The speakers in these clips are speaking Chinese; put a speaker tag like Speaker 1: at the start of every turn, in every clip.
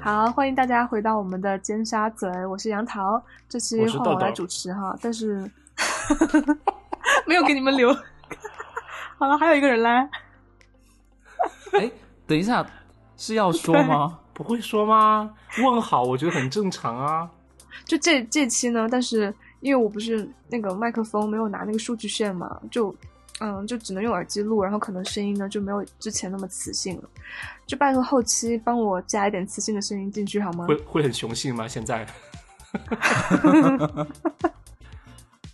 Speaker 1: 好，欢迎大家回到我们的尖沙咀，我是杨桃，这期
Speaker 2: 我是
Speaker 1: 换我
Speaker 2: 豆豆
Speaker 1: 来主持哈，但是 没有给你们留。 好了，还有一个人来，
Speaker 2: 哎，等一下，是要说吗？ 不会说吗？问好，我觉得很正常啊。
Speaker 1: 就这这期呢，但是因为我不是那个麦克风没有拿那个数据线嘛，就嗯，就只能用耳机录，然后可能声音呢就没有之前那么磁性了，就拜托后期帮我加一点磁性的声音进去好吗
Speaker 2: 会？会很雄性吗？现 在？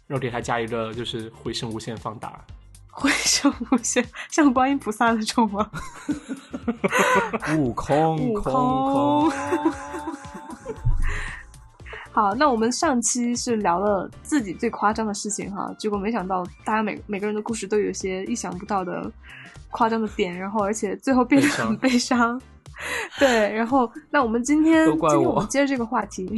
Speaker 2: 肉体还加一个就是回声无限放大，
Speaker 1: 会像无限像观音菩萨那种吗？
Speaker 3: 悟空，
Speaker 1: 悟
Speaker 3: 空
Speaker 1: 空
Speaker 3: 空，
Speaker 1: 好，那我们上期是聊了自己最夸张的事情哈，结果没想到大家每每个人的故事都有一些意想不到的夸张的点，然后而且最后变得
Speaker 2: 悲伤
Speaker 1: 很悲伤。对，然后那我们今天
Speaker 3: 都
Speaker 1: 今
Speaker 3: 怪
Speaker 1: 天我
Speaker 3: 我
Speaker 1: 们接着这个话题，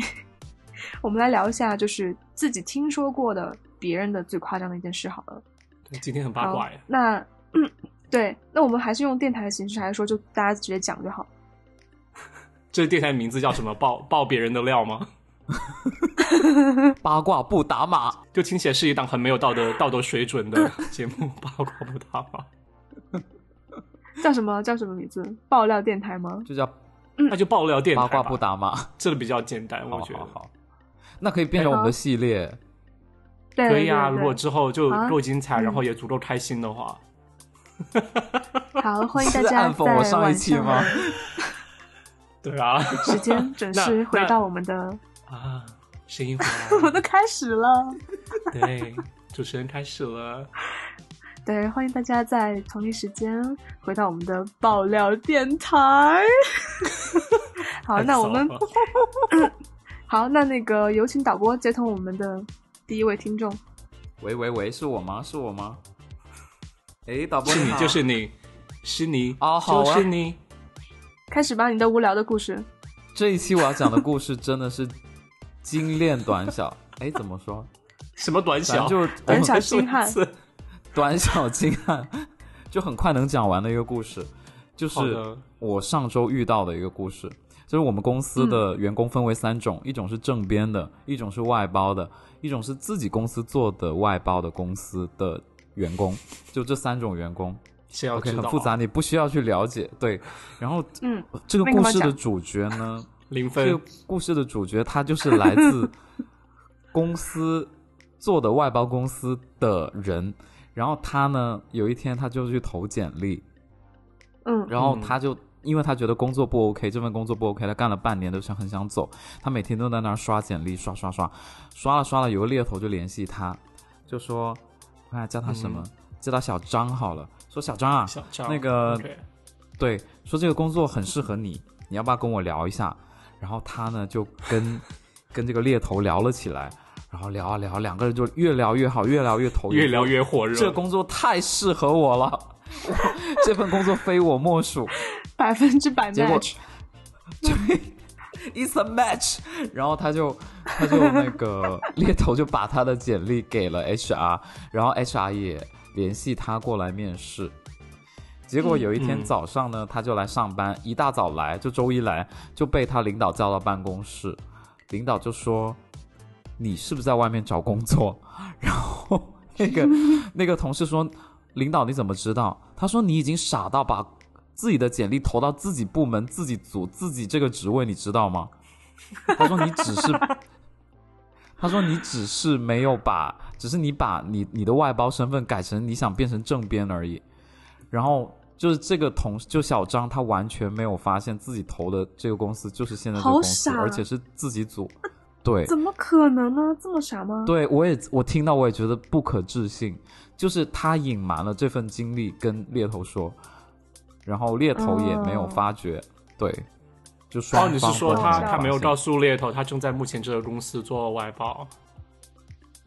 Speaker 1: 我们来聊一下就是自己听说过的别人的最夸张的一件事好了。
Speaker 2: 对今天很八卦
Speaker 1: 好
Speaker 2: 呀。
Speaker 1: 那对，那我们还是用电台的形式，还是说就大家直接讲就好？
Speaker 2: 这电台名字叫什 么？爆爆别人的料吗？
Speaker 3: 八卦不打码，
Speaker 2: 就听起来是一档很没有道德道 德水准的节目，八卦不打码，
Speaker 1: 叫什么叫什么名字？爆料电台吗？
Speaker 3: 就叫
Speaker 2: 那就爆料电台
Speaker 3: 八
Speaker 2: 吧。
Speaker 3: 卦不打码。
Speaker 2: 这个比较简单，我
Speaker 3: 好
Speaker 2: 觉得
Speaker 3: 好好，那可以变成我们的系列。
Speaker 1: 对
Speaker 2: 可以啊。
Speaker 1: 对对
Speaker 2: 如果之后就
Speaker 1: 啊
Speaker 2: 够精彩，
Speaker 1: 嗯
Speaker 2: 然后也足够开心的话，
Speaker 1: 好，欢迎大
Speaker 3: 是
Speaker 1: 家
Speaker 3: 暗
Speaker 1: 在
Speaker 3: 讽我上一
Speaker 1: 晚
Speaker 3: 期
Speaker 1: 上
Speaker 3: 吗？
Speaker 1: 的
Speaker 2: 对啊
Speaker 1: 时间 准
Speaker 2: 那
Speaker 1: 时回
Speaker 2: 那
Speaker 1: 到我们的，
Speaker 2: 啊，声音回来
Speaker 1: 我
Speaker 2: 了
Speaker 1: 都开始了。
Speaker 2: 对，主持人开始了。
Speaker 1: 对，欢迎大家在同一时间回到我们的爆料电台。 好，
Speaker 2: 太
Speaker 1: 那
Speaker 2: 骚
Speaker 1: 我们
Speaker 2: 了
Speaker 1: 好，那那个有请导播接通我们的第一位听众。
Speaker 3: 喂喂喂，是我吗？是我吗？哎，导播
Speaker 2: 是你
Speaker 3: 好
Speaker 2: 就是你，是你
Speaker 3: 哦好啊
Speaker 2: 就是你，
Speaker 1: 开始吧，你的无聊的故事。
Speaker 3: 这一期我要讲的故事真的是精炼短小。 哎，怎么说？
Speaker 2: 什么短
Speaker 3: 反
Speaker 2: 小
Speaker 3: 正 就是我
Speaker 1: 短
Speaker 3: 们
Speaker 1: 小精悍
Speaker 2: 是
Speaker 3: 短小精悍，就很快能讲完的一个故事，就
Speaker 2: 好
Speaker 3: 是
Speaker 2: 的
Speaker 3: 我上周遇到的一个故事。就是我们公司的员工分为三种，一种是正编的，一种是外包的，一种是自己公司做的外包的公司的员工，就这三种员工。
Speaker 2: 谁要
Speaker 3: OK，
Speaker 2: 知道啊
Speaker 3: 很复杂，你不需要去了解。对，然后
Speaker 1: 嗯，
Speaker 3: 这个
Speaker 1: 那你干
Speaker 3: 故
Speaker 1: 嘛
Speaker 3: 事的
Speaker 1: 讲
Speaker 3: 主角 呢，
Speaker 2: 零分
Speaker 3: 这个故事的主角他就是来自公司做的外包公司的人，然后他呢有一天他就去投简历，
Speaker 1: 嗯
Speaker 3: 然后
Speaker 2: 嗯
Speaker 3: 他就。因为他觉得工作不 OK，这份工作不 OK，他干了半年都想很想走，他每天都在那儿刷简历，刷刷刷，刷了刷了，有个猎头就联系他，就说，我看叫他什么，叫他小张好了，说小张啊，
Speaker 2: 嗯小张
Speaker 3: 那个
Speaker 2: OK
Speaker 3: 对，说这个工作很适合你，你要不要跟我聊一下？然后他呢就跟跟这个猎头聊了起来，然后聊啊聊，两个人就越聊越好，越聊越投入，
Speaker 2: 越聊越火热，
Speaker 3: 这工作太适合我 了，我这份工作非我莫属。
Speaker 1: 百分之 百
Speaker 3: 结果
Speaker 1: match。
Speaker 3: It's a match，然后他就他就那 个猎头就把他的简历给了 HR，然后 HR 也联系他过来面试。结果有一天
Speaker 2: 嗯
Speaker 3: 早上呢，他就来上班，一大早来就周一来就被他领导叫到办公室，领导就说：“你是不是在外面找工作？”然后那个 那个同事说：“领导你怎么知道？”他说：“你已经傻到把自己的简历投到自己部门、自己组、自己这个职位，你知道吗？”他说：“你只是， 他说你只是没有把，只是你把你你的外包身份改成你想变成正编而已。”然后就是这个同就小张，他完全没有发现自己投的这个公司就是现在这个
Speaker 1: 好
Speaker 3: 公司，
Speaker 1: 傻
Speaker 3: 而且是自己组。对，
Speaker 1: 怎么可能呢？这么傻吗？
Speaker 3: 对，我也我听到我也觉得不可置信，就是他隐瞒了这份经历跟猎头说，然后猎头也没有
Speaker 1: 嗯
Speaker 3: 发觉，对，就
Speaker 2: 哦，
Speaker 3: 双
Speaker 2: 你是
Speaker 3: 方
Speaker 2: 说
Speaker 3: 都
Speaker 2: 他
Speaker 1: 双
Speaker 2: 他
Speaker 1: 方
Speaker 2: 没有
Speaker 3: 发现
Speaker 2: 告诉猎头，他正在目前这个公司做外
Speaker 3: 啊
Speaker 2: 包，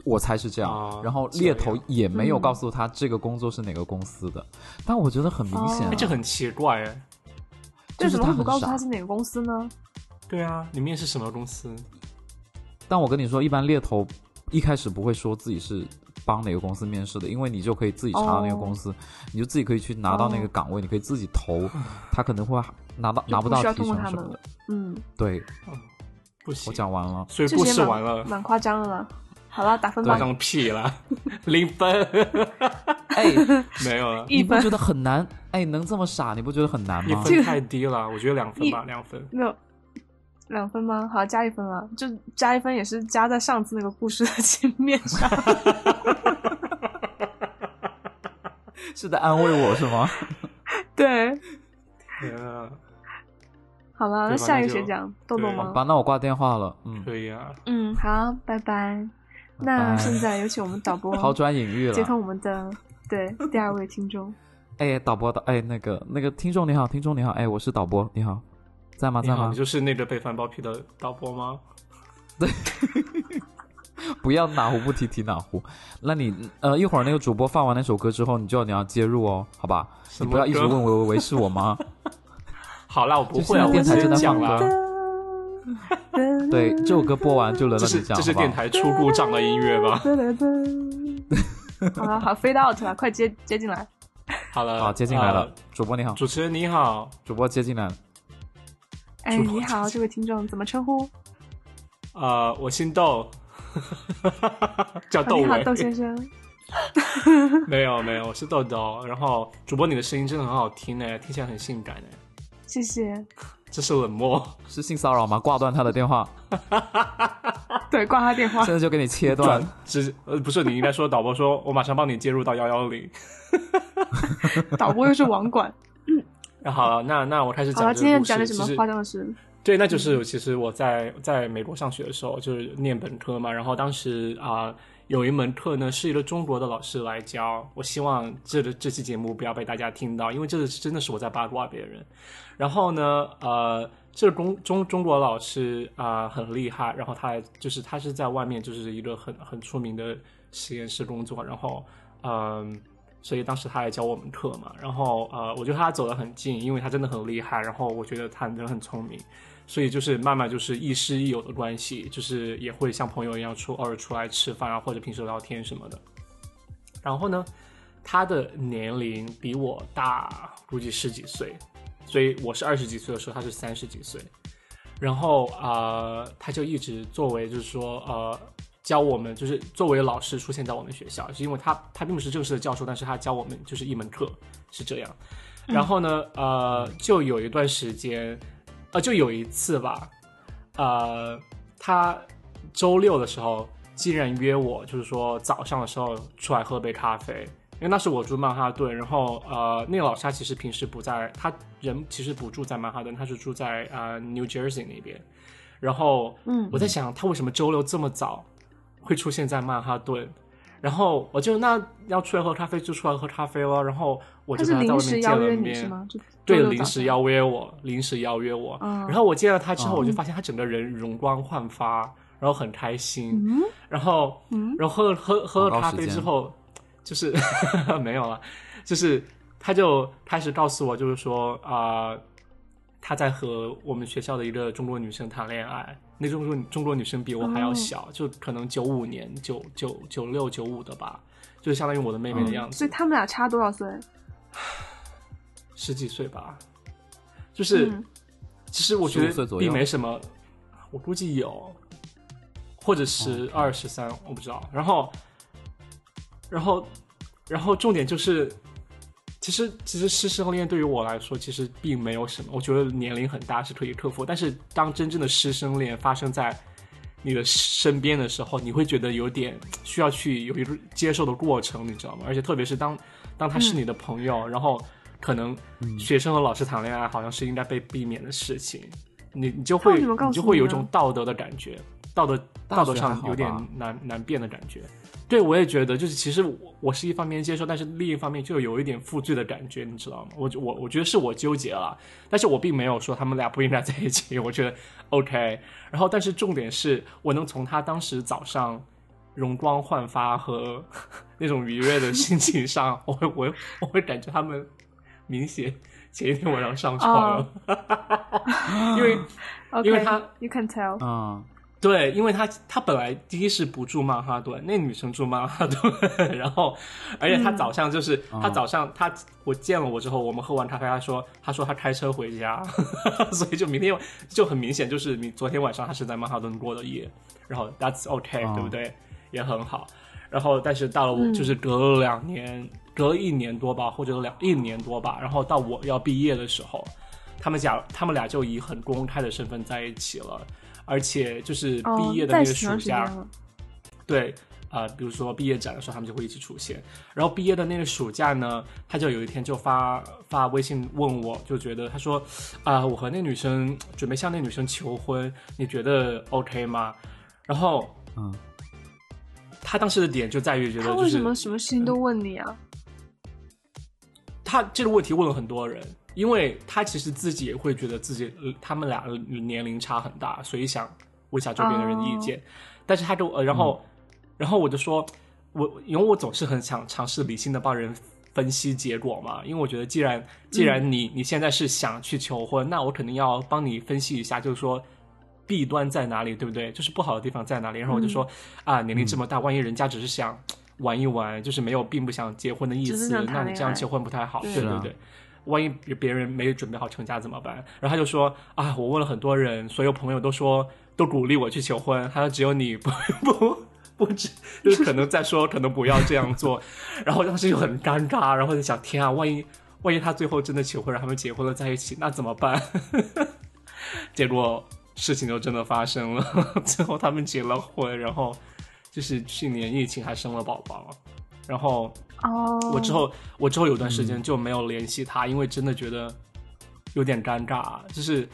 Speaker 3: 我猜是这样，
Speaker 2: 哦
Speaker 3: 然后
Speaker 2: 这
Speaker 3: 猎头
Speaker 2: 样
Speaker 3: 也没有
Speaker 1: 嗯
Speaker 3: 告诉他这个工作是哪个公司的，但我觉得很明显、
Speaker 1: 哦
Speaker 3: 啊
Speaker 2: 哎，这很奇怪哎。
Speaker 3: 就
Speaker 1: 这
Speaker 3: 是
Speaker 1: 怎么
Speaker 3: 他
Speaker 1: 会不
Speaker 3: 很
Speaker 1: 告诉
Speaker 3: 傻
Speaker 1: 他是哪个公司呢？
Speaker 2: 对啊，你面试什么公司？
Speaker 3: 但我跟你说，一般猎头一开始不会说自己是帮哪个公司面试的，因为你就可以自己
Speaker 1: 哦
Speaker 3: 查那个公司，你就自己可以去拿到那个岗位，你可以自己投，他可能会拿到拿
Speaker 1: 不
Speaker 3: 到
Speaker 1: 需要
Speaker 3: 提
Speaker 1: 通过
Speaker 3: 成
Speaker 1: 他
Speaker 3: 什
Speaker 1: 们
Speaker 3: 么的
Speaker 1: 了。嗯，
Speaker 3: 对
Speaker 2: 不行
Speaker 3: 我，讲完 了，
Speaker 2: 所以
Speaker 1: 这
Speaker 2: 故
Speaker 1: 些
Speaker 2: 事
Speaker 1: 蛮
Speaker 2: 完了，
Speaker 1: 蛮夸张的了。好了，打分
Speaker 2: 夸
Speaker 1: 吧，
Speaker 2: 张屁啦， 零分
Speaker 3: 哎，
Speaker 2: 没有了，
Speaker 1: 一
Speaker 3: 你不
Speaker 1: 分
Speaker 3: 觉得很难？哎，能这么傻，你不觉得很难
Speaker 2: 一
Speaker 3: 吗？
Speaker 2: 分太低了，我觉得两分吧，两分。
Speaker 1: 没有两分吗？好，加一分了，就加一分也是加在上次那个故事的前面上。
Speaker 3: 是在安慰我是吗？
Speaker 1: 对，
Speaker 2: 天啊，
Speaker 1: 好了，
Speaker 2: 对
Speaker 1: 那
Speaker 2: 吧
Speaker 1: 下一
Speaker 2: 那
Speaker 1: 个
Speaker 2: 就
Speaker 1: 谁讲？豆豆
Speaker 2: 对
Speaker 1: 吗
Speaker 3: 好？吧，那我挂电话了。嗯，
Speaker 2: 可以啊，
Speaker 1: 嗯，好，拜拜。那
Speaker 3: 拜
Speaker 1: 现在有请我们导播
Speaker 3: 抛砖引玉
Speaker 1: 接
Speaker 3: 了。
Speaker 1: 通我们的对第二位听众。
Speaker 3: 哎，导播的，哎，那个那个听众你好，听众你好，哎，我是导播，你好，在吗？
Speaker 2: 你
Speaker 3: 在
Speaker 2: 好，
Speaker 3: 吗
Speaker 2: 你？就是那个被翻包皮的导播吗？
Speaker 3: 不要哪壶不提提哪壶。那你呃，一会儿那个主播放完那首歌之后，你就你要接入哦，好吧？
Speaker 2: 什
Speaker 3: 你
Speaker 2: 么
Speaker 3: 不要一直
Speaker 2: 歌
Speaker 3: 问我喂是 我吗？
Speaker 2: 好啦，我不会啊，
Speaker 3: 那
Speaker 2: 我
Speaker 3: 电台
Speaker 2: 只
Speaker 3: 正在
Speaker 2: 是讲
Speaker 3: 放
Speaker 2: 啦
Speaker 3: 歌。对，这首歌播完就轮
Speaker 2: 这
Speaker 3: 到你
Speaker 2: 是
Speaker 3: 讲，
Speaker 2: 这是
Speaker 3: 好不好
Speaker 2: 电台出故障的音乐吧？
Speaker 1: 噔噔噔好了，好，fade out 了，快接接进来。
Speaker 2: 好了，
Speaker 3: 好，啊接进来了
Speaker 2: 呃。
Speaker 3: 主播你好，
Speaker 2: 主持人你好，
Speaker 3: 主播接进来了。
Speaker 1: 哎，
Speaker 2: 主播
Speaker 1: 你好，这位听众怎么称呼？
Speaker 2: 呃，我姓窦， 叫
Speaker 1: 啊
Speaker 2: 窦
Speaker 1: 你好，
Speaker 2: 唯。
Speaker 1: 窦先生。
Speaker 2: 没有没有，我是豆豆。然后主播你的声音真的很好听哎，听起来很性感哎，
Speaker 1: 谢谢。
Speaker 2: 这是冷 漠。
Speaker 3: 是性骚扰吗？挂断他的电话，
Speaker 1: 对，挂他电话
Speaker 3: 现。在就给你切断
Speaker 2: 啊转。直呃不是，你应该说导播说，我马上帮你接入到幺幺零。
Speaker 1: 导播又是网管。
Speaker 2: 那好了，那那我开始
Speaker 1: 好
Speaker 2: 讲
Speaker 1: 了，
Speaker 2: 这
Speaker 1: 今
Speaker 2: 个
Speaker 1: 天
Speaker 2: 故
Speaker 1: 讲
Speaker 2: 事
Speaker 1: 的什么
Speaker 2: 其实
Speaker 1: 夸张的事？
Speaker 2: 对，那就是其实我在在美国上学的时候，就是念本科嘛，然后当时啊、有一门课呢是一个中国的老师来教，我希望这个这期节目不要被大家听到，因为这个是真的是我在八卦别人。然后呢，呃，这个中中中国老师啊、很厉害，然后他就是他是在外面就是一个很很出名的实验室工作，然后嗯。所以当时他来教我们课嘛，然后呃，我觉得他走得很近，因为他真的很厉害，然后我觉得他人很聪明，所以就是慢慢就是亦师亦友的关系，就是也会像朋友一样出偶尔出来吃饭啊，或者平时聊天什么的。然后呢，他的年龄比我大估计十几岁，所以我是二十几岁的时候，他是三十几岁。然后呃，他就一直作为就是说呃，教我们就是作为老师出现在我们学校，是因为他他并不是正式的教授，但是他教我们就是一门课是这样。然后呢，呃，就有一段时间，呃，就有一次吧，呃，他周六的时候竟然约我，就是说早上的时候出来喝杯咖啡，因为那时我住曼哈顿，然后呃，那个老师他其实平时不在，他人其实不住在曼哈顿，他是住在呃 New Jersey 那边。然后，
Speaker 1: 嗯
Speaker 2: 我在想他为什么周六这么早会出现在曼哈顿，然后我就那要出来喝咖啡就出来喝咖啡咯，然后我
Speaker 1: 他
Speaker 2: 就是跟在
Speaker 1: 临
Speaker 2: 外
Speaker 1: 时
Speaker 2: 面
Speaker 1: 邀
Speaker 2: 见了
Speaker 1: 约你是
Speaker 2: 面。
Speaker 1: 吗？就
Speaker 2: 对，
Speaker 1: 周六
Speaker 2: 临
Speaker 1: 早
Speaker 2: 时
Speaker 1: 上
Speaker 2: 邀约我，临时邀约我。
Speaker 1: 嗯
Speaker 2: 然后我见了他之后，
Speaker 3: 嗯
Speaker 2: 我就发现他整个人容光焕发，然后很开心。
Speaker 1: 嗯
Speaker 2: 然后，
Speaker 1: 嗯
Speaker 2: 然后喝了喝喝了
Speaker 3: 广告
Speaker 2: 咖
Speaker 3: 时
Speaker 2: 啡之
Speaker 3: 间
Speaker 2: 后，就是 没有了，就是他就开始告诉我，就是说啊、呃他在和我们学校的一个中国女生谈恋爱。那中国中国女生比我还要
Speaker 1: 哦
Speaker 2: 小，就可能九五年、九九九六、九五的吧，就相当于我的妹妹的样
Speaker 1: 嗯
Speaker 2: 子。
Speaker 1: 所以他们俩差多少岁？
Speaker 2: 十几岁吧，就是、
Speaker 1: 嗯
Speaker 2: 其实我觉
Speaker 3: 15岁
Speaker 2: 得
Speaker 3: 左右
Speaker 2: 并没什么，我估计有，或者
Speaker 3: 哦
Speaker 2: 十二十三，我不知道。然后，然后，然后重点就是，其实其实师生恋对于我来说其实并没有什么，我觉得年龄很大是可以克服，但是当真正的师生恋发生在。你的身边的时候，你会觉得有点需要去有一个接受的过程，你知道吗？而且特别是当当他是你的朋友，然后可能学生和老师谈恋爱好像是应该被避免的事情，你你就
Speaker 1: 他们
Speaker 2: 会
Speaker 1: 怎么告诉
Speaker 2: 就会有一
Speaker 1: 你呢
Speaker 2: 种道德的感觉，道德
Speaker 3: 大
Speaker 2: 道德
Speaker 3: 学还
Speaker 2: 上
Speaker 3: 好
Speaker 2: 有点
Speaker 3: 吧
Speaker 2: 难难辩的感觉。对，我也觉得，就是其实我我是一方面接受，但是另一方面就有一点负罪的感觉，你知道吗？我我我觉得是我纠结了，但是我并没有说他们俩不应该在一起，我觉得 OK。然后，但是重点是我能从他当时早上容光焕发和 那种愉悦的心情上，我会我会我会感觉他们明显前一天晚
Speaker 3: 哦
Speaker 2: 上上床了，因为因为他
Speaker 1: ，OK，you 嗯 can tell。
Speaker 3: 嗯，
Speaker 2: 对，因为她她本来第一是不住曼哈顿，那女生住曼哈顿， 然后而且她早上就是、她早上她我见了我之后，我们喝完咖啡，她说她说她开车回家， 所以就明天就很明显就是你昨天晚上她是在曼哈顿过的夜，然后 that's okay，、
Speaker 3: 哦
Speaker 2: 对不对？也很好。然后但是到了
Speaker 1: 嗯
Speaker 2: 我就是隔了两年，隔了一年多吧，或者两一年多吧，然后到我要毕业的时候，他们俩他们俩就以很公开的身份在一起了，而且就是
Speaker 1: 哦
Speaker 2: 毕，业的那
Speaker 1: 在一
Speaker 2: 个
Speaker 1: 起挺
Speaker 2: 暑
Speaker 1: 长时间
Speaker 2: 假，
Speaker 1: 了。
Speaker 2: 对，啊，比如说毕业展的时候，他们就会一起出现。然后毕业的那个暑假呢，他就有一天就发发微信问我，就觉得他说，啊、我和那女生准备向那女生求婚，你觉得 OK 吗？然后
Speaker 3: 嗯，
Speaker 2: 他当时的点就在于觉得、
Speaker 1: 他
Speaker 2: 就是，
Speaker 1: 为什么什么事情都问你啊？
Speaker 2: 他这个问题问了很多人，因为他其实自己也会觉得自己、呃、他们俩的年龄差很大，所以想问一下周边的人的意
Speaker 1: 哦
Speaker 2: 见。但是他就呃，然后、然后我就说，我因为我总是很想尝试理性的帮人分析结果嘛，因为我觉得既然
Speaker 1: 嗯
Speaker 2: 既然你、你现在是想去求婚，那我肯定要帮你分析一下，就是说。弊端在哪里，对不对？就是不好的地方在哪里。然后我就说，
Speaker 1: 嗯
Speaker 2: 啊，年龄这么大，万一人家只是想玩一玩，就是没有，并不想结婚的意
Speaker 1: 只是
Speaker 2: 思，
Speaker 1: 想谈
Speaker 2: 那你
Speaker 1: 恋
Speaker 2: 这样
Speaker 1: 爱
Speaker 2: 求婚不太好。
Speaker 1: 对
Speaker 2: 对
Speaker 3: 是
Speaker 2: 对
Speaker 3: 啊
Speaker 2: 对，万一别别人没准备好成家怎么办？然后他就说啊，我问了很多人，所有朋友都说都鼓励我去求婚，他说只有你不 不不知，就是可能在说可能不要这样做， 然后当时就很尴尬，然后就想天啊，万一万一他最后真的求婚，然后他们结婚了在一起，那怎么办？ 结果事情就真的发生了， 最后他们结了婚，然后就是去年疫情还生了宝宝，然后。
Speaker 1: 哦，
Speaker 2: 我之后我之后有段时间就没有联系他，因为真的觉得有点尴尬，啊就是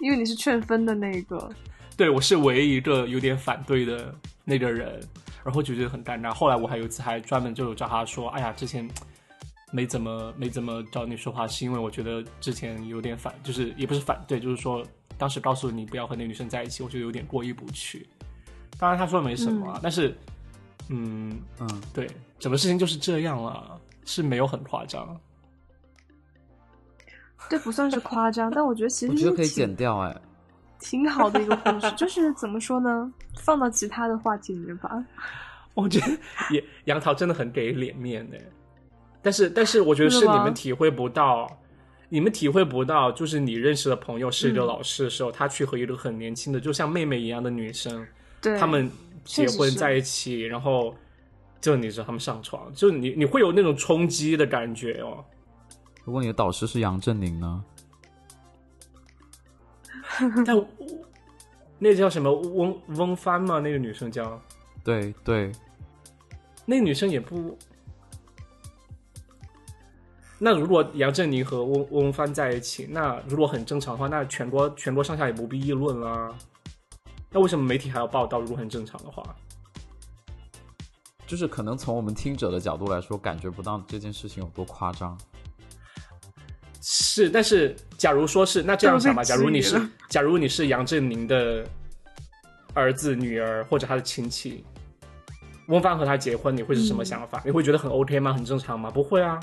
Speaker 1: 因为你是劝分的那一个，
Speaker 2: 对我是唯一一个有点反对的那个人，然后就觉得很尴尬。后来我还有一次还专门就有叫他说，哎呀，之前。没怎么没怎么找你说话，是因为我觉得之前有点反，就是也不是反对，就是说当时告诉你不要和那女生在一起，我觉得有点过意不去。当然他说没什么啊，但是，嗯，
Speaker 3: 嗯，
Speaker 2: 对，整个事情就是这样了，是没有很夸张。
Speaker 1: 这不算是夸张，但我觉得其
Speaker 3: 我
Speaker 1: 实
Speaker 3: 觉得
Speaker 1: 是
Speaker 3: 可以
Speaker 1: 挺
Speaker 3: 剪掉哎。
Speaker 1: 挺好的一个故事，就是怎么说呢，放到其他的话题里面吧。
Speaker 2: 我觉得也杨桃真的很给脸面的，但是但是我觉得是
Speaker 1: 真的
Speaker 2: 你
Speaker 1: 吗
Speaker 2: 们体会不到，你们体会不到，就是你认识的朋友是一个
Speaker 1: 嗯
Speaker 2: 老师的时候，他去和一个很年轻的，就像妹妹一样的女生，
Speaker 1: 对，
Speaker 2: 他们结
Speaker 1: 确实
Speaker 2: 婚
Speaker 1: 是
Speaker 2: 在一起，然后就你知道他们上床，就你你会有那种冲击的感觉 哦。
Speaker 3: 如果你的导师是杨振宁呢？
Speaker 2: 但我那叫什么翁翁帆吗？那个女生叫
Speaker 3: 对对，
Speaker 2: 那女生也不。那如果杨振宁和翁翁帆在一起，那如果很正常的话，那全国全国上下也不必议论啦。那为什么媒体还要报道？如果很正常的话，
Speaker 3: 就是可能从我们听者的角度来说，感觉不到这件事情有多夸张。嗯
Speaker 2: 是，但是假如说是，那这样想吧，
Speaker 1: 都
Speaker 2: 假
Speaker 1: 被质疑
Speaker 2: 如你是
Speaker 1: 了
Speaker 2: 假如你是杨振宁的儿子、女儿或者他的亲戚，翁帆和他结婚，你会是什
Speaker 1: 嗯
Speaker 2: 么想法？你会觉得很 OK 吗？很正常吗？不会啊，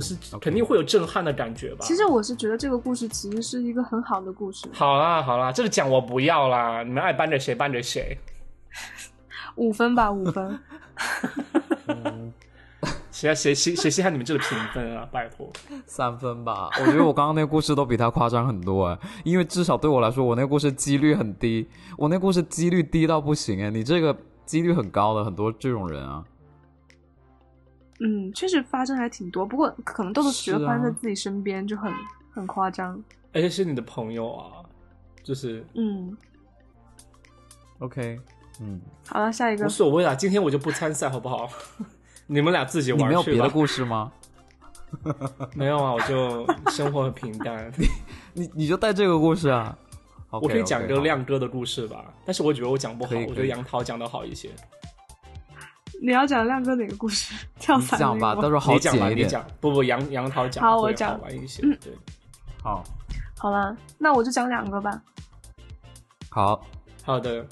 Speaker 1: 嗯
Speaker 2: 是、
Speaker 3: OK
Speaker 2: 肯定会有震撼的感觉吧。
Speaker 1: 其实我是觉得这个故事其实是一个很好的故事，
Speaker 2: 好啦好啦，这个奖我不要啦，你们爱扳着谁扳着谁。
Speaker 1: 五分吧，五分。
Speaker 2: 谁啊谁稀谁稀罕你们这个评分 啊？拜托，
Speaker 3: 三分吧，我觉得我刚刚那个故事都比他夸张很多哎， 因为至少对我来说，我那个故事几率很低，我那故事几率低到不行哎，你这个几率很高的，很多这种人啊，
Speaker 1: 嗯，确实发生还挺多，不过可能豆豆觉
Speaker 3: 是
Speaker 1: 得
Speaker 3: 啊
Speaker 1: 发生在自己身边就很、很夸张。
Speaker 2: 而且是你的朋友啊，就是
Speaker 1: 嗯，
Speaker 3: OK，嗯，
Speaker 1: 好了，下一个
Speaker 2: 无所谓啦，今天我就不参赛好不好？你们俩自己
Speaker 3: 你没
Speaker 2: 玩
Speaker 3: 有
Speaker 2: 去
Speaker 3: 别的
Speaker 2: 吧。
Speaker 3: 故事吗？
Speaker 2: 没有啊，我就生活很平淡。
Speaker 3: 你你就带这个故事啊 o k
Speaker 2: 我可以讲一个亮哥的故事吧，但是我觉得我讲不好，
Speaker 3: 可以
Speaker 2: 我觉
Speaker 3: 可
Speaker 2: 得
Speaker 3: 以
Speaker 2: 杨桃讲的好一些。
Speaker 1: 你要讲亮哥哪个故事？ 跳
Speaker 3: 你
Speaker 1: 伞
Speaker 3: 讲吧，
Speaker 1: 那个
Speaker 3: 到时
Speaker 1: 吗
Speaker 3: 候好
Speaker 2: 你讲吧，
Speaker 3: 剪
Speaker 2: 你
Speaker 3: 一点。
Speaker 2: 讲。不不，杨杨桃讲
Speaker 1: 好
Speaker 2: 会
Speaker 1: 我
Speaker 2: 好
Speaker 1: 讲
Speaker 2: 玩一些。对，
Speaker 3: 好，
Speaker 1: 好了，那我就讲两个吧。
Speaker 3: 好，
Speaker 2: 好的，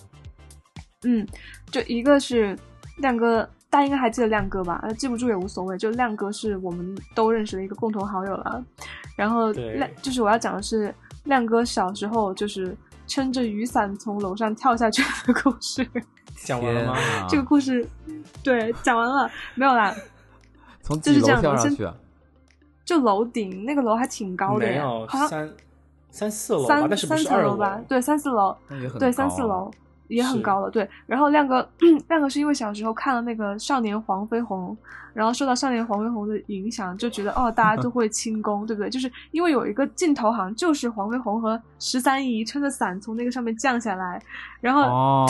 Speaker 1: 嗯，就一个是亮哥，大家应该还记得亮哥吧？呃，记不住也无所谓。就亮哥是我们都认识的一个共同好友了。然后
Speaker 2: 对
Speaker 1: 亮就是我要讲的是，亮哥小时候就是撑着雨伞从楼上跳下去的故事。
Speaker 2: 讲完了吗？
Speaker 3: 天哪
Speaker 1: 这个故事，对，讲完了没有啦？
Speaker 3: 从
Speaker 1: 就是
Speaker 3: 几楼
Speaker 1: 这样
Speaker 3: 跳
Speaker 1: 的
Speaker 3: 上
Speaker 1: 先
Speaker 3: 去啊？
Speaker 1: 就楼顶那个楼还挺高的
Speaker 2: 没
Speaker 1: 呀
Speaker 2: 有，
Speaker 1: 好像
Speaker 2: 三三四楼吧，
Speaker 1: 三
Speaker 2: 但是不
Speaker 1: 三
Speaker 2: 是
Speaker 1: 层
Speaker 2: 二
Speaker 1: 楼吧？对，三四楼。
Speaker 3: 那也很
Speaker 1: 对，三
Speaker 3: 高
Speaker 1: 四
Speaker 3: 啊
Speaker 1: 楼也很
Speaker 2: 是
Speaker 1: 高了。对，然后亮哥， 亮哥是因为小时候看了那个《少年黄飞鸿》，然后受到《少年黄飞鸿》的影响，就觉得哦，大家都会轻功，对不对？就是因为有一个镜头，好像就是黄飞鸿和十三姨撑着伞从那个上面降下来，然后、
Speaker 3: 哦，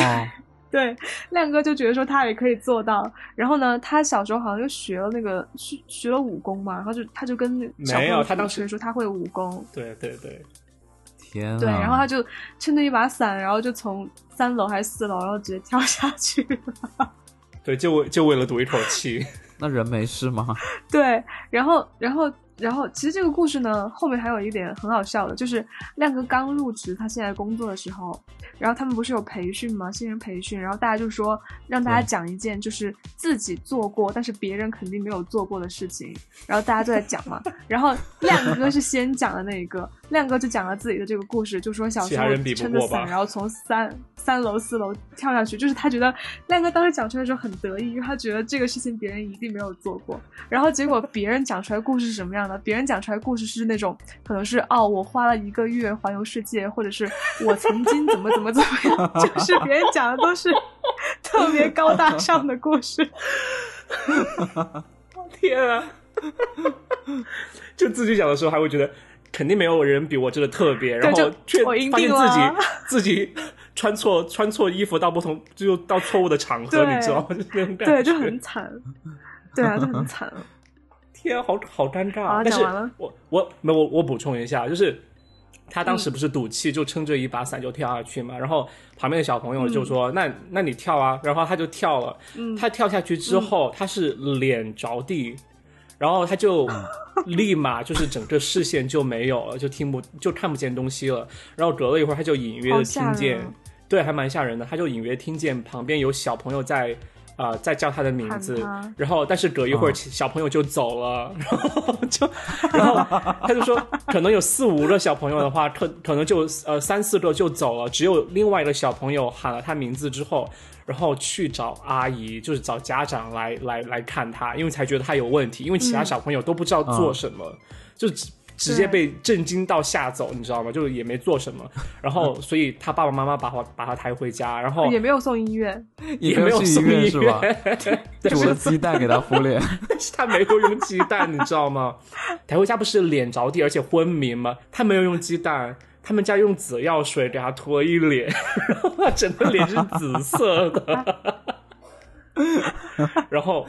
Speaker 1: 对亮哥就觉得说他也可以做到。然后呢，他小时候好像就学了那个学学了武功嘛，然后就他就跟小朋
Speaker 2: 没有
Speaker 1: 友
Speaker 2: 他当
Speaker 1: 学
Speaker 2: 时
Speaker 1: 说他会武功，
Speaker 2: 对对对，
Speaker 3: 天
Speaker 1: 对，
Speaker 3: 啊
Speaker 1: 然后他就撑着一把伞，然后就从三楼还是四楼，然后直接跳下去。
Speaker 2: 对，就为就为了赌一口 气，
Speaker 3: 那人没事吗？
Speaker 1: 对，然后，然后，然后，其实这个故事呢，后面还有一点很好笑的，就是亮哥刚入职他现在工作的时候，然后他们不是有培训吗？新人培训，然后大家就说让大家
Speaker 3: 对
Speaker 1: 讲一件就是自己做过，但是别人肯定没有做过的事情，然后大家就在讲嘛。然后亮哥是先讲的那一个，亮哥就讲了自己的这个故事，就说小
Speaker 2: 其
Speaker 1: 时
Speaker 2: 他
Speaker 1: 候
Speaker 2: 人比不
Speaker 1: 撑着
Speaker 2: 过吧
Speaker 1: 伞，然后从三三楼四楼跳下去，就是他觉得亮哥当时讲出来的时候很得意，因为他觉得这个事情别人一定没有做过。然后结果别人讲出来故事是什么样的？别人讲出来故事是那种可能是哦，我花了一个月环游世界，或者是我曾经怎么怎么怎么样， 就是别人讲的都是特别高大上的故 事。
Speaker 2: 天啊！ 就自己讲的时候还会觉得肯定没有人比我真的特别，然后
Speaker 1: 就
Speaker 2: 却
Speaker 1: 我赢
Speaker 2: 发现
Speaker 1: 定啊了
Speaker 2: 自己自己穿错穿错衣服到不同就到错误的场合，
Speaker 1: 对
Speaker 2: 你知道吗？就是哦那种感觉，
Speaker 1: 对，就很惨。对啊，就很 惨。
Speaker 2: 天啊，好好尴尬
Speaker 1: 好
Speaker 2: 啊。但
Speaker 1: 讲
Speaker 2: 是
Speaker 1: 完了
Speaker 2: 我我没有我我补充一下，就是他当时
Speaker 1: 嗯
Speaker 2: 不是赌气，就撑着一把伞就跳下去嘛。然后旁边的小朋友就说：“那那你跳啊！”然后他就跳了。
Speaker 1: 嗯
Speaker 2: 他跳下去之后，他是脸着地，然后他就 立马就是整个视线就没有了，就听不就看不见东西了。然后隔了一会儿，他就隐约
Speaker 1: 好
Speaker 2: 的
Speaker 1: 吓人
Speaker 2: 听见
Speaker 1: 啊，
Speaker 2: 对，还蛮吓人的。他就隐约听见旁边有小朋友在。啊、在叫他的名
Speaker 1: 喊
Speaker 2: 字
Speaker 1: 他，
Speaker 2: 然后但是隔一会儿、
Speaker 3: 嗯
Speaker 2: 小朋友就走了，然后 就，然后他就说，可能有四五个小朋友的话，可可能就呃三四个就走了，只有另外一个小朋友喊了他名字之后，然后去找阿姨，就是找家长来来来看他，因为才觉得他有问题，因为其他小朋友都不知道做什么，就直直接被震惊到吓走，你知道吗？就是也没做什么，然后所以他爸爸妈妈把我把他抬回家，然后
Speaker 1: 也没有送医院，
Speaker 3: 也
Speaker 2: 也没有
Speaker 3: 去医
Speaker 2: 送
Speaker 3: 院
Speaker 2: 医
Speaker 3: 是 吧？
Speaker 2: 但
Speaker 3: 煮
Speaker 2: 是
Speaker 3: 了鸡蛋给他敷脸，
Speaker 2: 但 是他没有用鸡蛋，你知道吗？抬回家不是脸着地而且昏迷吗？他没有用鸡蛋。他们家用紫药水给他涂了一脸， 然后他整个脸是紫色的。然后，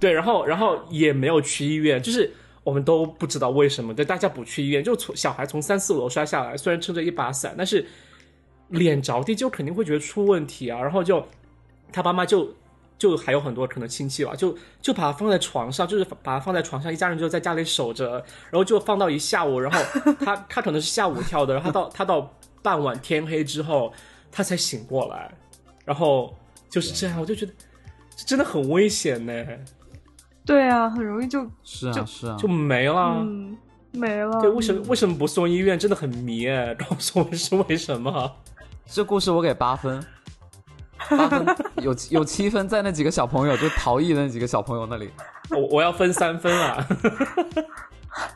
Speaker 2: 对，然后，然后也没有去医院，就是我们都不知道为什么，对，大家不去医院，就从小孩从三四楼摔下来，虽然撑着一把伞，但是脸着地就肯定会觉得出问题啊，然后就他爸妈就就还有很多可能亲戚吧，就就把他放在床上，就是把他放在床上，一家人就在家里守着，然后就放到一下午，然后他他可能是下午跳的，然后他到他到傍晚天黑之后，他才醒过来，然后就是这样，我就觉得这真的很危险呢，
Speaker 1: 对啊，很容易就是
Speaker 3: 啊是啊，
Speaker 2: 就没了。
Speaker 1: 嗯没了。
Speaker 2: 对，为什么为什么不送医院？真的很迷 哎，告诉我是为什么？
Speaker 3: 这故事我给八分，八分有有七分在那几个小朋友，就逃逸的那几个小朋友 那里。
Speaker 2: 我我要分三分啊！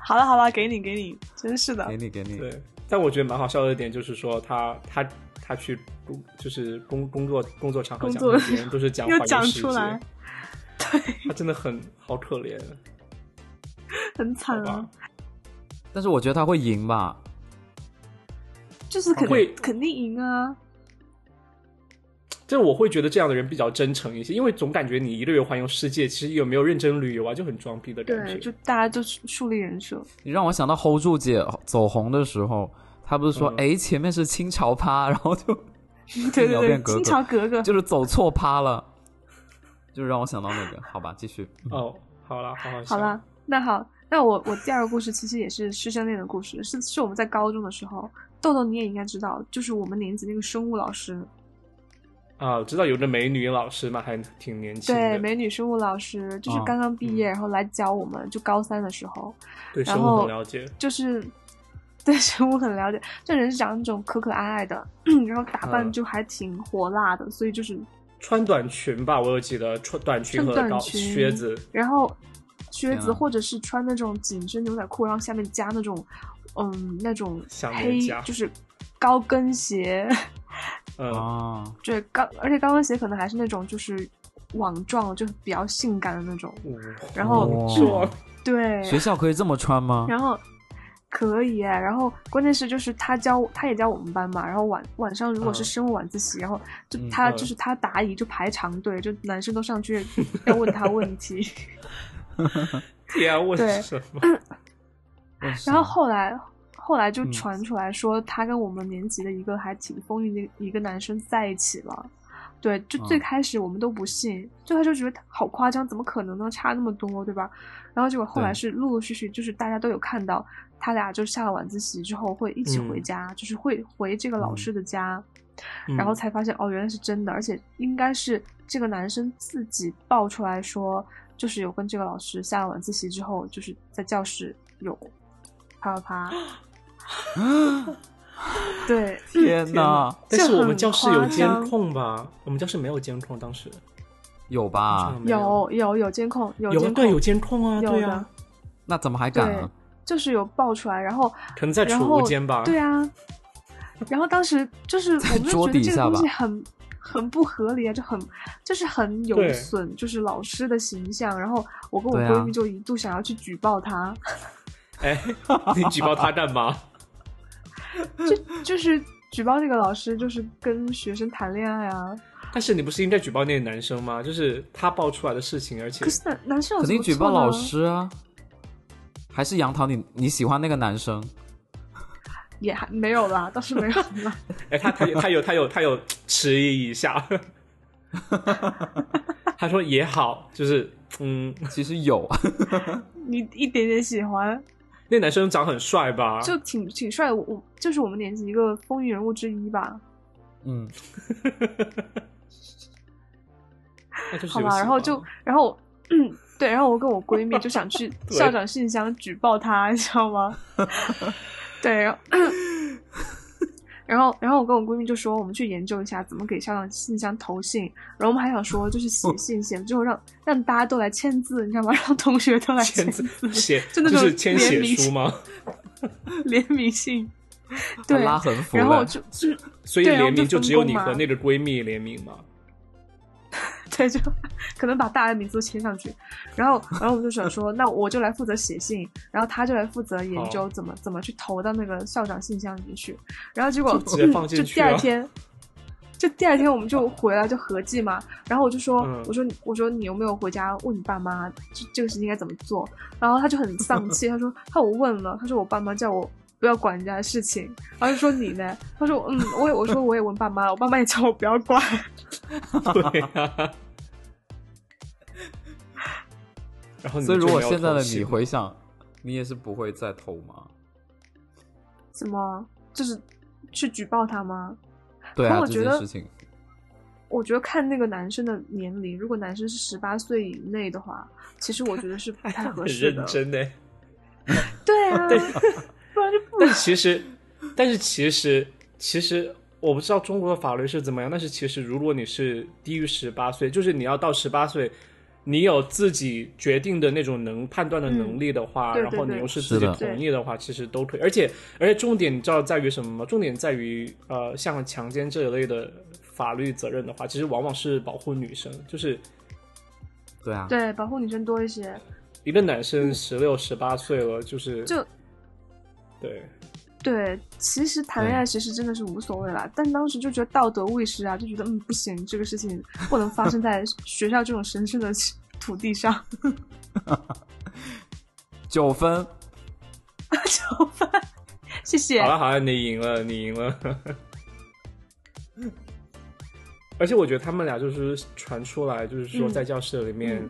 Speaker 1: 好了好了，给你给你，真是的
Speaker 2: 哎
Speaker 3: 给。你给你，
Speaker 2: 对，但我觉得蛮好笑的一点就是说他，他他去工就是工工作工作场合
Speaker 1: 工
Speaker 2: 讲
Speaker 1: 作
Speaker 2: 的别人都是讲
Speaker 1: 又
Speaker 2: 环游
Speaker 1: 讲
Speaker 2: 世
Speaker 1: 出
Speaker 2: 界
Speaker 1: 来，
Speaker 2: 他真的很好可怜，
Speaker 1: 很
Speaker 2: 好
Speaker 1: 惨啊
Speaker 2: 吧，？
Speaker 3: 但是我觉得他会赢吧？
Speaker 1: 就是肯
Speaker 2: 会
Speaker 1: 定肯定赢啊。
Speaker 2: 这我会觉得这样的人比较真诚一些，因为总感觉你一个月环游世界，其实有没有认真旅游啊，就很装逼的感
Speaker 1: 对，
Speaker 2: 觉。
Speaker 1: 就大家就树立人 设。
Speaker 3: 你让我想到 hold 住姐走红的时候，她不是说
Speaker 2: 嗯
Speaker 3: 哎、诶前面是清朝趴， 然后就
Speaker 1: 对对
Speaker 3: 聊
Speaker 1: 对
Speaker 3: 变，格格
Speaker 1: 清朝格 格
Speaker 3: 就是走错趴了，就让我想到那个。好吧，继续。
Speaker 2: 哦，好了，好好
Speaker 1: 好
Speaker 2: 笑。
Speaker 1: 啦，那好，那我我第二个故事其实也是师生恋的故事，是是我们在高中的时候，豆豆你也应该知道，就是我们年级那个生物老师，
Speaker 2: 啊，我知道有个美女老师嘛，还挺年轻
Speaker 1: 对，
Speaker 2: 的，啊嗯
Speaker 1: 美女生物老师，就是
Speaker 3: 哦
Speaker 1: 刚刚毕业，然后来教我们，就高三的时候，
Speaker 2: 对
Speaker 1: 然
Speaker 2: 生活
Speaker 1: 后
Speaker 2: 很了解。
Speaker 1: 就是 对生物很了解，这人是长那种可可爱爱的，然后打扮
Speaker 2: 嗯
Speaker 1: 就还挺火辣的，所以就是，
Speaker 2: 穿短裙吧，我有记得穿短裙
Speaker 1: 穿
Speaker 2: 和
Speaker 1: 短
Speaker 2: 高
Speaker 1: 裙
Speaker 2: 靴子，
Speaker 1: 然后靴
Speaker 3: 天
Speaker 1: 子
Speaker 3: 啊
Speaker 1: 或者是穿那种紧身牛仔裤，然后下面加那种，嗯，那种
Speaker 2: 项链
Speaker 1: 黑
Speaker 2: 夹
Speaker 1: 就是高跟鞋，
Speaker 2: 嗯，
Speaker 3: 啊，
Speaker 1: 对高，而且高跟鞋可能还是那种就是网状，就是比较性感的那种，
Speaker 2: 嗯
Speaker 1: 然后
Speaker 3: 哇
Speaker 1: 是对，
Speaker 3: 学校可以这么穿吗？
Speaker 1: 然后可以哎，然后关键是就是他教，他也教我们班嘛。然后晚晚上如果是
Speaker 2: 嗯
Speaker 1: 生物晚自习，然后就
Speaker 3: 嗯
Speaker 1: 他、
Speaker 2: 嗯
Speaker 1: 就是他答疑就排长队，就男生都上去要问他问题。
Speaker 2: 天啊，为
Speaker 1: 对
Speaker 2: 什么？
Speaker 3: 为啥
Speaker 1: 然后后来后来就
Speaker 3: 嗯
Speaker 1: 传出来说，他跟我们年级的一个还挺风韵的一个男生在一起了。对，就最
Speaker 3: 嗯
Speaker 1: 开始我们都不信，最开始觉得他好夸张，怎么可能呢？差那么多，对吧？然后结果后来
Speaker 3: 对
Speaker 1: 是陆陆续续，就是大家都有看到，他俩就下了晚自习之后会一起回
Speaker 2: 嗯
Speaker 1: 家，就是会回这个老师的家，
Speaker 2: 嗯
Speaker 1: 然后才发现哦，原来是真的，而且应该是这个男生自己爆出来说，就是有跟这个老师下了晚自习之后，就是在教室有啪啪啪，
Speaker 2: 啊
Speaker 1: 对，
Speaker 3: 天哪，
Speaker 2: 但是我们
Speaker 1: 这
Speaker 2: 教
Speaker 1: 很
Speaker 2: 室有
Speaker 1: 夸
Speaker 2: 监
Speaker 1: 张
Speaker 2: 控吧？我们教室没有监控，当时
Speaker 3: 有
Speaker 2: 好
Speaker 3: 吧
Speaker 2: 像？没
Speaker 1: 有
Speaker 2: 有
Speaker 1: 有有监控，有
Speaker 2: 有啊
Speaker 1: 监控，
Speaker 2: 对有监控啊，
Speaker 1: 有
Speaker 2: 对
Speaker 1: 的
Speaker 2: 啊，
Speaker 3: 那怎么还敢
Speaker 1: 对
Speaker 3: 啊？，
Speaker 1: 就是有爆出来，然后
Speaker 2: 可能在
Speaker 1: 然
Speaker 2: 储
Speaker 1: 后
Speaker 2: 物间吧。
Speaker 1: 对啊，然后当时就是我们就
Speaker 3: 桌
Speaker 1: 觉得
Speaker 3: 底
Speaker 1: 这个
Speaker 3: 下
Speaker 1: 东
Speaker 3: 吧
Speaker 1: 西很很不合理啊，就很就是很有
Speaker 2: 对
Speaker 1: 损就是老师的形象。然后我跟我
Speaker 3: 对啊
Speaker 1: 闺蜜就一度想要去举报他，
Speaker 2: 哎，你举报他干嘛？
Speaker 1: 就就是举报这个老师就是跟学生谈恋爱啊。
Speaker 2: 但是你不是应该举报那个男生吗？就是他爆出来的事情，而且
Speaker 1: 可是男男生有
Speaker 3: 肯
Speaker 1: 什
Speaker 3: 定
Speaker 1: 么
Speaker 3: 举报
Speaker 1: 错呢
Speaker 3: 老师啊！还是杨桃你你喜欢那个男生？
Speaker 1: 也还没有啦，倒是 没有啦。
Speaker 2: 哎，他他他有他有他有迟疑一下， 他说也好，就是嗯，
Speaker 3: 其实有，啊
Speaker 1: 你一点点喜欢，
Speaker 2: 那男生长很帅
Speaker 3: 啊
Speaker 2: 吧？
Speaker 1: 就挺挺帅的。我我就是我们年级一个风云人物之一吧。
Speaker 3: 嗯，
Speaker 2: 那就是
Speaker 1: 好
Speaker 2: 有
Speaker 1: 吧，
Speaker 2: 喜
Speaker 1: 然后
Speaker 2: 欢
Speaker 1: 就，然后，嗯，对，然后我跟我闺蜜就想去
Speaker 2: 对
Speaker 1: 校长信箱举报他，你知道吗？ 对，然后，然后，然后我跟我闺蜜就说，我们去研究一下怎么给校长信箱投信，然后我们还想说，就是
Speaker 2: 嗯
Speaker 1: 写信写，最后让让大家都来签字，你知道吗？ 让同学都来
Speaker 2: 签字写
Speaker 1: 就那种
Speaker 2: 是签
Speaker 1: 联
Speaker 2: 写
Speaker 1: 名
Speaker 2: 书吗？
Speaker 1: 联名信，对，
Speaker 3: 拉横幅
Speaker 1: 然后
Speaker 3: 了。
Speaker 1: 就
Speaker 2: 所以
Speaker 1: 对然后啊
Speaker 2: 联名
Speaker 1: 就
Speaker 2: 就
Speaker 1: 分
Speaker 2: 只有
Speaker 1: 工
Speaker 2: 你
Speaker 1: 嘛
Speaker 2: 和那个闺蜜联名 嘛？
Speaker 1: 对，就 可能把大家的名字都签上去，然后，然后我们就想说，那我就来负责写信，然后他就来负责研究
Speaker 2: 好
Speaker 1: 怎么怎么去投到那个校长信箱里面去，然后结果
Speaker 2: 就直接
Speaker 1: 嗯
Speaker 2: 放进
Speaker 1: 就
Speaker 2: 去
Speaker 1: 第二
Speaker 2: 啊
Speaker 1: 天，就第二天我们就回来就合计嘛，然后我就说，
Speaker 2: 嗯
Speaker 1: 我说你我说你有没有回家问你爸妈这这个事情应该怎么做？然后他就很丧气，他说他我问了，他说我爸妈叫我。不要管人家的事情，然后就说你呢？他说嗯，我也我说我也问爸妈了，我爸妈也叫我不要管。
Speaker 2: 对啊。 然后你
Speaker 3: 所以
Speaker 2: 就
Speaker 3: 如果
Speaker 2: 没有
Speaker 3: 现在
Speaker 2: 投
Speaker 3: 的
Speaker 2: 信
Speaker 3: 你回想，你也是不会再投吗？
Speaker 1: 怎么就是去举报他吗？
Speaker 3: 对
Speaker 1: 可
Speaker 3: 啊，
Speaker 1: 我
Speaker 3: 这
Speaker 1: 觉
Speaker 3: 件
Speaker 1: 得
Speaker 3: 事情，
Speaker 1: 我觉得看那个男生的年龄，如果男生是十八岁以内的话，其实我觉得 是不太合
Speaker 2: 很
Speaker 1: 适
Speaker 2: 认
Speaker 1: 的。
Speaker 2: 真欸呢。
Speaker 1: 对啊， 不然就不
Speaker 2: 但其实，但是其实，其实我不知道中国的法律是怎么样。但是其实，如果你是低于十八岁，就是你要到十八岁，你有自己决定的那种能判断的能力的话，
Speaker 1: 嗯对
Speaker 2: 然后
Speaker 1: 对对
Speaker 2: 你又是
Speaker 3: 是
Speaker 2: 自己
Speaker 3: 的
Speaker 2: 同意的话，其实都可以。而且，而且重点你知道在于什么吗？重点在于，呃，像强奸这一类的法律责任的话，其实往往是保护女生，就是。
Speaker 3: 对啊，
Speaker 1: 对保护女生多一些。
Speaker 2: 一个男生十六、十八岁了，就是
Speaker 1: 嗯就
Speaker 2: 对，
Speaker 1: 对，其实谈恋爱其实真的是无所谓啦，但当时就觉得道德卫士啊，就觉得嗯不行，这个事情不能发生在 学校这种神圣的土地上。
Speaker 3: 九分，
Speaker 1: 谢谢
Speaker 2: 好。了好了，你赢了，你赢了。 而且我觉得他们俩就是传出来，就是
Speaker 1: 嗯
Speaker 2: 说在教室里面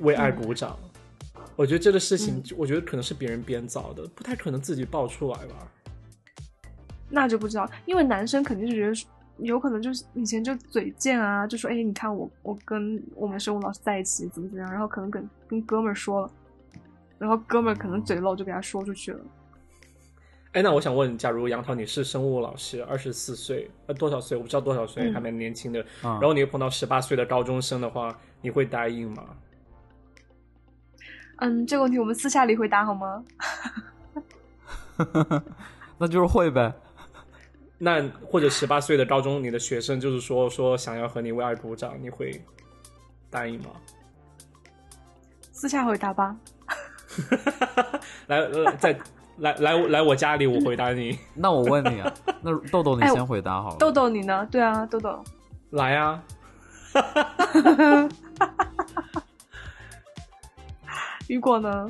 Speaker 2: 为爱鼓掌。我觉得这个事
Speaker 1: 嗯
Speaker 2: 情，我觉得可能是别人编造的，不太可能自己爆出来吧。
Speaker 1: 那就不知道，因为男生肯定是觉得。有可能就是以前就嘴贱啊，就说哎，你看我我跟我们生物老师在一起怎么怎么样，然后可能跟跟哥们儿说了，然后哥们儿可能嘴漏就给他说出去了。
Speaker 2: 哎，那我想问，假如杨桃你是生物老师，二十四岁，呃，多少岁？我不知道多少岁，
Speaker 1: 嗯
Speaker 2: 还蛮年轻的。
Speaker 3: 嗯
Speaker 2: 然后你又碰到十八岁的高中生的话，你会答应吗？
Speaker 1: 嗯，这个问题我们私下里回答好吗？
Speaker 3: 嗯 那就是会呗。
Speaker 2: 那或者十八岁的高中你的学生就是说说想要和你为爱鼓掌，你会答应吗？
Speaker 1: 私下回答吧。
Speaker 2: 来，呃、再来来我来我家里，我回答你。
Speaker 3: 那我问 你啊，那豆豆你
Speaker 1: 哎我
Speaker 3: 先回答好了。
Speaker 1: 豆豆你呢？对啊，豆豆，
Speaker 2: 来啊，
Speaker 1: 雨果呢？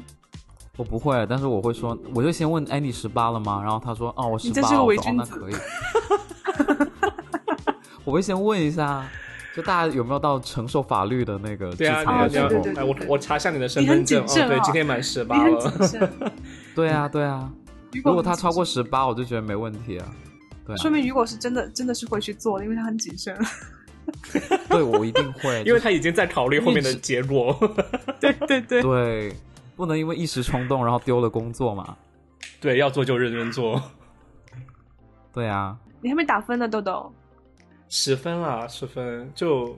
Speaker 3: 我不会，但是我会说，我就先问，哎，你十八了吗？然后他说，哦，我十
Speaker 1: 你
Speaker 3: 八
Speaker 1: 真是个
Speaker 3: 了，我
Speaker 1: 伪
Speaker 3: 说哦，
Speaker 1: 君
Speaker 3: 那
Speaker 1: 子
Speaker 3: 可以。 我会先问一下，就大家有没有到承受法律的那个
Speaker 2: 对
Speaker 3: 制
Speaker 2: 啊，你
Speaker 3: 裁
Speaker 2: 要
Speaker 3: 的
Speaker 2: 你
Speaker 3: 时
Speaker 2: 要，
Speaker 3: 候？
Speaker 1: 对对对
Speaker 2: 哎，我我查一下你的身
Speaker 1: 你很
Speaker 2: 份证，
Speaker 1: 谨慎
Speaker 2: 哦，对
Speaker 1: 哦，
Speaker 2: 今天满十
Speaker 1: 你
Speaker 2: 八
Speaker 1: 很
Speaker 2: 了。
Speaker 1: 谨慎。
Speaker 3: 对啊，对啊。
Speaker 1: 雨果
Speaker 3: 如果他
Speaker 1: 很谨
Speaker 3: 超过
Speaker 1: 慎，
Speaker 3: 十八，我就觉得没问题啊。对
Speaker 1: 说
Speaker 3: 啊，
Speaker 1: 明雨果是真的真的是会去做的，因为他很谨慎。
Speaker 3: 对我一定会，
Speaker 2: 因为他已经在考虑后面的结果。
Speaker 1: 对对对，
Speaker 3: 对，不能因为一时冲动然后丢了工作嘛。
Speaker 2: 对，要做就认真做。
Speaker 3: 对啊，
Speaker 1: 你还没打分呢，豆豆。
Speaker 2: 十分啦，十分就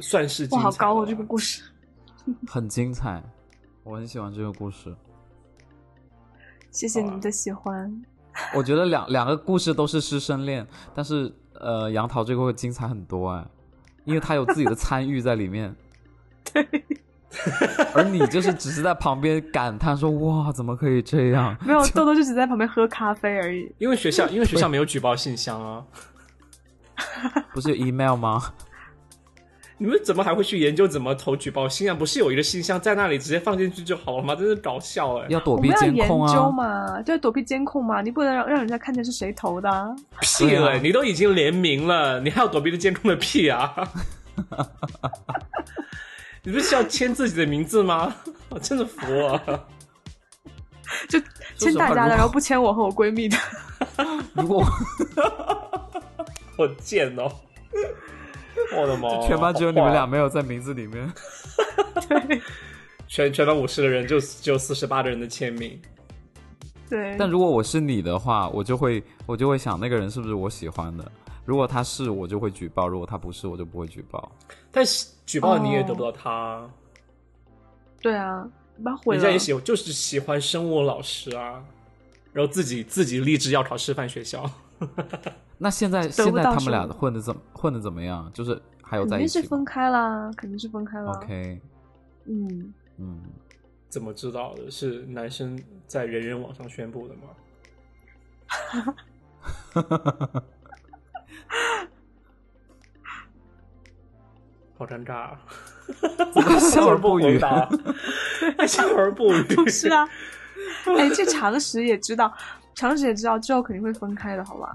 Speaker 2: 算是精
Speaker 1: 哇，
Speaker 2: 彩
Speaker 1: 好高哦，
Speaker 2: 了
Speaker 1: 这个故事。
Speaker 3: 很精彩，我很喜欢这个故事。
Speaker 1: 谢谢你
Speaker 2: 好啊
Speaker 1: 们的喜欢。
Speaker 3: 我觉得两两个故事都是师生恋，但是呃，杨桃这个会精彩很多哎，因为他有自己的参与在 里面。对，而你就是只是在旁边感叹说：“哇，怎么可以这样
Speaker 1: 没有，豆豆就只在旁边喝咖啡而已。
Speaker 2: 因为学校因为学校没有举报信箱啊，？”
Speaker 3: 不是有 email 吗？
Speaker 2: 你们怎么还会去研究怎么投举报信啊？不是有一个信箱在那里直接放进去就好了吗？真是搞笑哎、
Speaker 3: 要躲
Speaker 1: 我
Speaker 3: 避
Speaker 1: 们要
Speaker 3: 监
Speaker 1: 研
Speaker 3: 控
Speaker 1: 究
Speaker 3: 啊！
Speaker 1: 嘛，对，躲避监控嘛，你不能让让人家看见是谁投的、啊。
Speaker 2: 屁
Speaker 3: 对
Speaker 2: 嘞、
Speaker 3: 啊
Speaker 2: 你都已经联名了，你还要躲避监控的屁 啊？你不是要签自己的名字吗？我真啊的服了。
Speaker 1: 就
Speaker 3: 说
Speaker 1: 签
Speaker 3: 实
Speaker 1: 大
Speaker 3: 话
Speaker 1: 家的，
Speaker 3: 如果
Speaker 1: 然后不签我和我闺蜜的。
Speaker 3: 如果
Speaker 2: 好贱哦！我的妈！
Speaker 3: 全班只有你们
Speaker 2: 好坏
Speaker 3: 俩没有在名字里面，
Speaker 2: 全全班五十个人就就四十八个人的签名，
Speaker 1: 对，
Speaker 3: 但如果我是你的话，我就会我就会想那个人是不是我喜欢的。如果他是，我就会举报；如果他不是，我就不会举报。
Speaker 2: 但是举报你也得不到他啊，
Speaker 1: 对啊，你把它毁
Speaker 2: 人家
Speaker 1: 了。
Speaker 2: 也喜就是喜欢生物老师啊，然后自己自己立志要考师范学校，
Speaker 3: 那现在
Speaker 1: 得
Speaker 3: 现
Speaker 1: 不
Speaker 3: 在
Speaker 1: 到
Speaker 3: 他们俩
Speaker 1: 什么
Speaker 3: 混的怎么混的怎么样？就是还有
Speaker 1: 肯
Speaker 3: 在一
Speaker 1: 定是
Speaker 3: 起吗
Speaker 1: 分开啦，肯定是分开啦。
Speaker 3: ？OK，
Speaker 1: 嗯，
Speaker 3: 嗯，
Speaker 2: 怎么知道的？是男生在人人网上宣布的吗？好尴尬、啊，
Speaker 3: 笑而 不语
Speaker 2: 回答， 笑而不语。
Speaker 1: 是 啊。哎，这常识也知道，常识也知道之后肯定会分开的，好吧？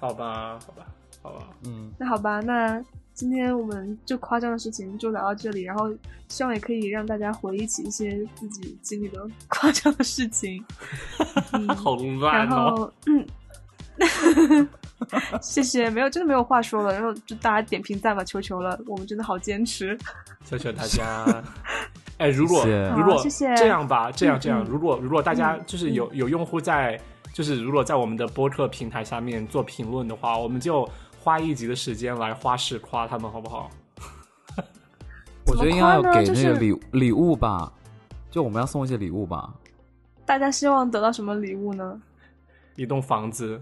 Speaker 2: 好吧，好吧，好吧。
Speaker 3: 嗯，
Speaker 1: 那好吧，那今天我们就夸张的事情就聊到这里，然后希望也可以让大家回忆起一些自己经历的夸张的事情。嗯，
Speaker 2: 好
Speaker 1: 然
Speaker 2: 烂哦！
Speaker 1: 后嗯。 谢谢，没有，真的没有话说了。然后就大家点评赞吧，求求了，我们真的好坚持。
Speaker 2: 谢谢大家。哎，如果
Speaker 3: 谢谢
Speaker 2: 如果
Speaker 1: 好谢谢
Speaker 2: 这样吧，这样这样
Speaker 1: 嗯，
Speaker 2: 如果如果大家就是有有用户在，就是如果在我们的播客平台下面做评论的话，我们就花一集的时间来花式夸他们，好不好？
Speaker 3: 我觉得应该要
Speaker 1: 怎么夸
Speaker 3: 给
Speaker 1: 呢就
Speaker 3: 那个
Speaker 1: 是
Speaker 3: 礼礼物吧，就我们要送一些礼物吧。
Speaker 1: 大家希望得到什么礼物呢？
Speaker 2: 一栋房子，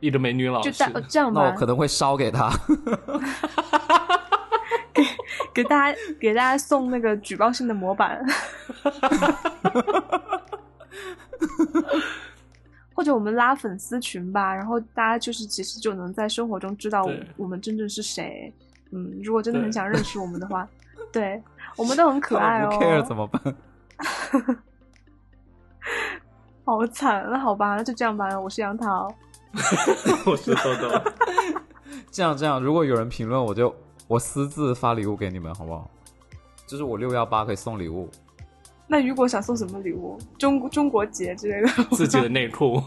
Speaker 2: 一个美女老
Speaker 1: 就
Speaker 2: 师
Speaker 1: 大，呃这样
Speaker 3: 哦那我
Speaker 1: 吧，
Speaker 3: 可能会烧给他，
Speaker 1: 给大家给大家送那个举报信的模板， 或者我们拉粉丝群吧，然后大家就是其实就能在生活中知道我
Speaker 2: 对
Speaker 1: 我们真正是谁。嗯，如果真的很
Speaker 2: 对
Speaker 1: 想认识我们的 话，对我们都很可爱
Speaker 3: 他们不 care
Speaker 1: 哦
Speaker 3: 怎。么办？
Speaker 1: 好惨，那好吧，那就这样吧。我是杨桃，
Speaker 2: 我是豆豆。
Speaker 3: 这样这样，如果有人评论，我就我私自发礼物给你们，好不好？就是我六幺八可以送礼物，
Speaker 1: 那如果想送什么礼物，中中国结之类的，
Speaker 2: 自己的内裤，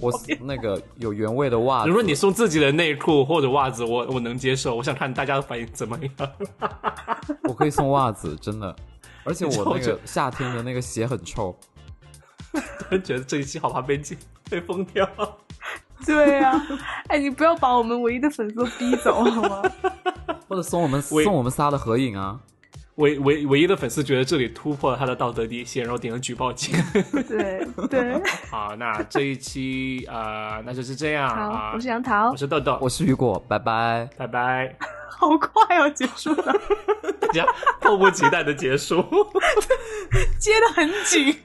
Speaker 3: 我那个有原味的袜
Speaker 2: 如
Speaker 3: 子，
Speaker 2: 果你送自己的内裤或者袜子，我我能接受。我想看大家的反应怎么样。
Speaker 3: 我可 以送袜子，真的。而且我那
Speaker 2: 你知道
Speaker 3: 个夏天的那个鞋很臭，
Speaker 2: 人觉得这一期好怕被禁被封掉。
Speaker 1: 对呀、哎，你不要把我们唯一的粉丝逼走好 吗？
Speaker 3: 或者送我们
Speaker 2: 喂
Speaker 3: 送我们仨的合影啊，
Speaker 2: 唯唯唯一的粉丝觉得这里突破了他的道德底线，然后点了举报键。
Speaker 1: 对对，
Speaker 2: 好，那这一期呃，那就是这样啊。
Speaker 1: 好，我是杨桃
Speaker 2: 我，是豆豆，
Speaker 3: 我是雨果，拜拜。
Speaker 2: 拜拜。
Speaker 1: 好快哦，结束了，
Speaker 2: 大家迫不及待的结束。
Speaker 1: 接的很紧。